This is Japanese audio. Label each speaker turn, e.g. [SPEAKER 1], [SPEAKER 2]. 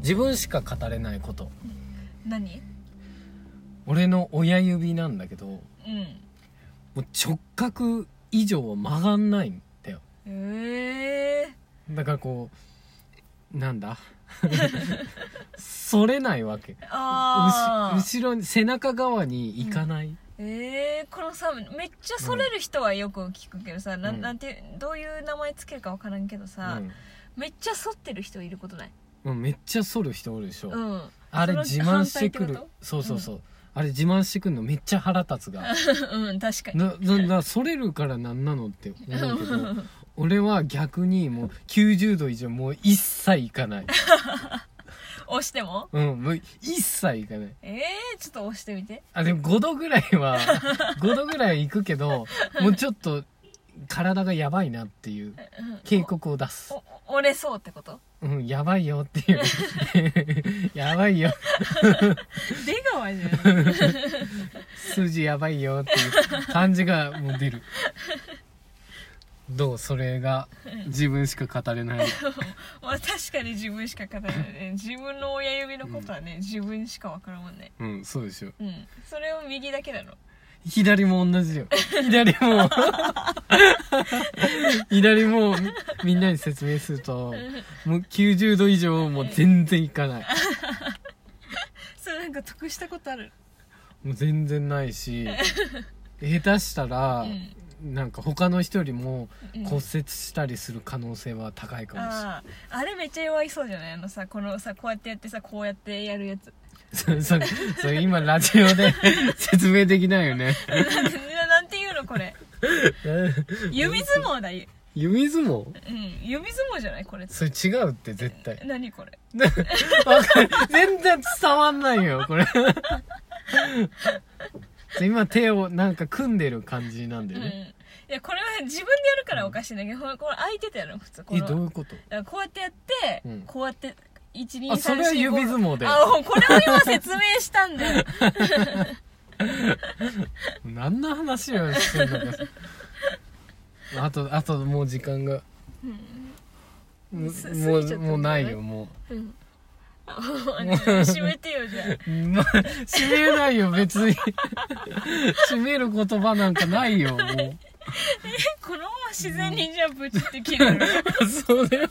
[SPEAKER 1] 自分しか語れないこと
[SPEAKER 2] 何
[SPEAKER 1] 俺の親指なんだけども
[SPEAKER 2] うん
[SPEAKER 1] う直角以上は曲がんないんだよ
[SPEAKER 2] ええ
[SPEAKER 1] だからこうなんだ 反れないわけ
[SPEAKER 2] ああ
[SPEAKER 1] 後後ろに背中側に行かない、
[SPEAKER 2] ええこのさめっちゃそれる人はよく聞くけどさ、な
[SPEAKER 1] うん
[SPEAKER 2] なんてどういう名前つけるかわからんけど
[SPEAKER 1] う
[SPEAKER 2] さ、
[SPEAKER 1] ん
[SPEAKER 2] めっちゃ反ってる人いることない
[SPEAKER 1] もうめっちゃ反る人おるでしょ、
[SPEAKER 2] うん
[SPEAKER 1] あれ
[SPEAKER 2] その
[SPEAKER 1] 自慢してく
[SPEAKER 2] 反対
[SPEAKER 1] る
[SPEAKER 2] ってこ
[SPEAKER 1] そうそうそう、あれ自慢してくるのめっちゃ腹立つが
[SPEAKER 2] とうん確かに
[SPEAKER 1] ななな反れるからなんなのって思うけど俺は逆にもう90度以上もう一切いかない
[SPEAKER 2] 押しても
[SPEAKER 1] うんもう一切いかない
[SPEAKER 2] ええちょっと押してみて
[SPEAKER 1] あでも5度ぐらいは5度ぐらいいくけどもうちょっと体がやばいなっていう
[SPEAKER 2] うん
[SPEAKER 1] 警告を出す
[SPEAKER 2] おお折れそうってこと
[SPEAKER 1] うんやばいよっていう やばいよ
[SPEAKER 2] 出川じゃん
[SPEAKER 1] 数字やばいよっていう感じがもう出るどうそれが自分しか語れない
[SPEAKER 2] まあ確かに自分しか語らないね自分の親指のことはね、自分しか分からんもんね
[SPEAKER 1] うんそうでしょ
[SPEAKER 2] うんそれを右だけだろ
[SPEAKER 1] 左も同じよ左 も左もみみんなに説明するともう90度以上もう全然いかない
[SPEAKER 2] それなんか得したことある
[SPEAKER 1] もう全然ないし下手したら
[SPEAKER 2] うん、
[SPEAKER 1] なんか他の人よりも
[SPEAKER 2] うん
[SPEAKER 1] 骨折したりする可能性は高いかもしれない
[SPEAKER 2] あああれめっちゃ弱いそうじゃないあのさこのさこうやってやってさこうやってやるやつ
[SPEAKER 1] そうそうそう今ラジオで 説明できない よね
[SPEAKER 2] なんてなんていうのこれ弓相撲だゆ
[SPEAKER 1] 弓相撲
[SPEAKER 2] うん弓相撲じゃないこれ
[SPEAKER 1] それ違うって絶対
[SPEAKER 2] 何これ
[SPEAKER 1] わかる全然伝わんないよこれ今手をなんか組んでる感じなん
[SPEAKER 2] う
[SPEAKER 1] だ
[SPEAKER 2] ん
[SPEAKER 1] よね、
[SPEAKER 2] いやこれは自分でやるからおかしいんだけど、これこれ相手とやるの普通こ
[SPEAKER 1] え
[SPEAKER 2] の
[SPEAKER 1] どういうこと
[SPEAKER 2] だからこうやってやって、
[SPEAKER 1] うん
[SPEAKER 2] こうやって1 2 3
[SPEAKER 1] あそれは指相撲で
[SPEAKER 2] あもうこれを今説明したんだよ
[SPEAKER 1] 何の話をしてんのかあとあともう時間がも
[SPEAKER 2] す
[SPEAKER 1] う
[SPEAKER 2] 過ぎちゃったんじゃない
[SPEAKER 1] もうないよも
[SPEAKER 2] あもうね締めてよじゃあ
[SPEAKER 1] うま締めないよ別に締める言葉なんかないよ もう
[SPEAKER 2] このまま自然にじゃあブチって切るの
[SPEAKER 1] そうだよ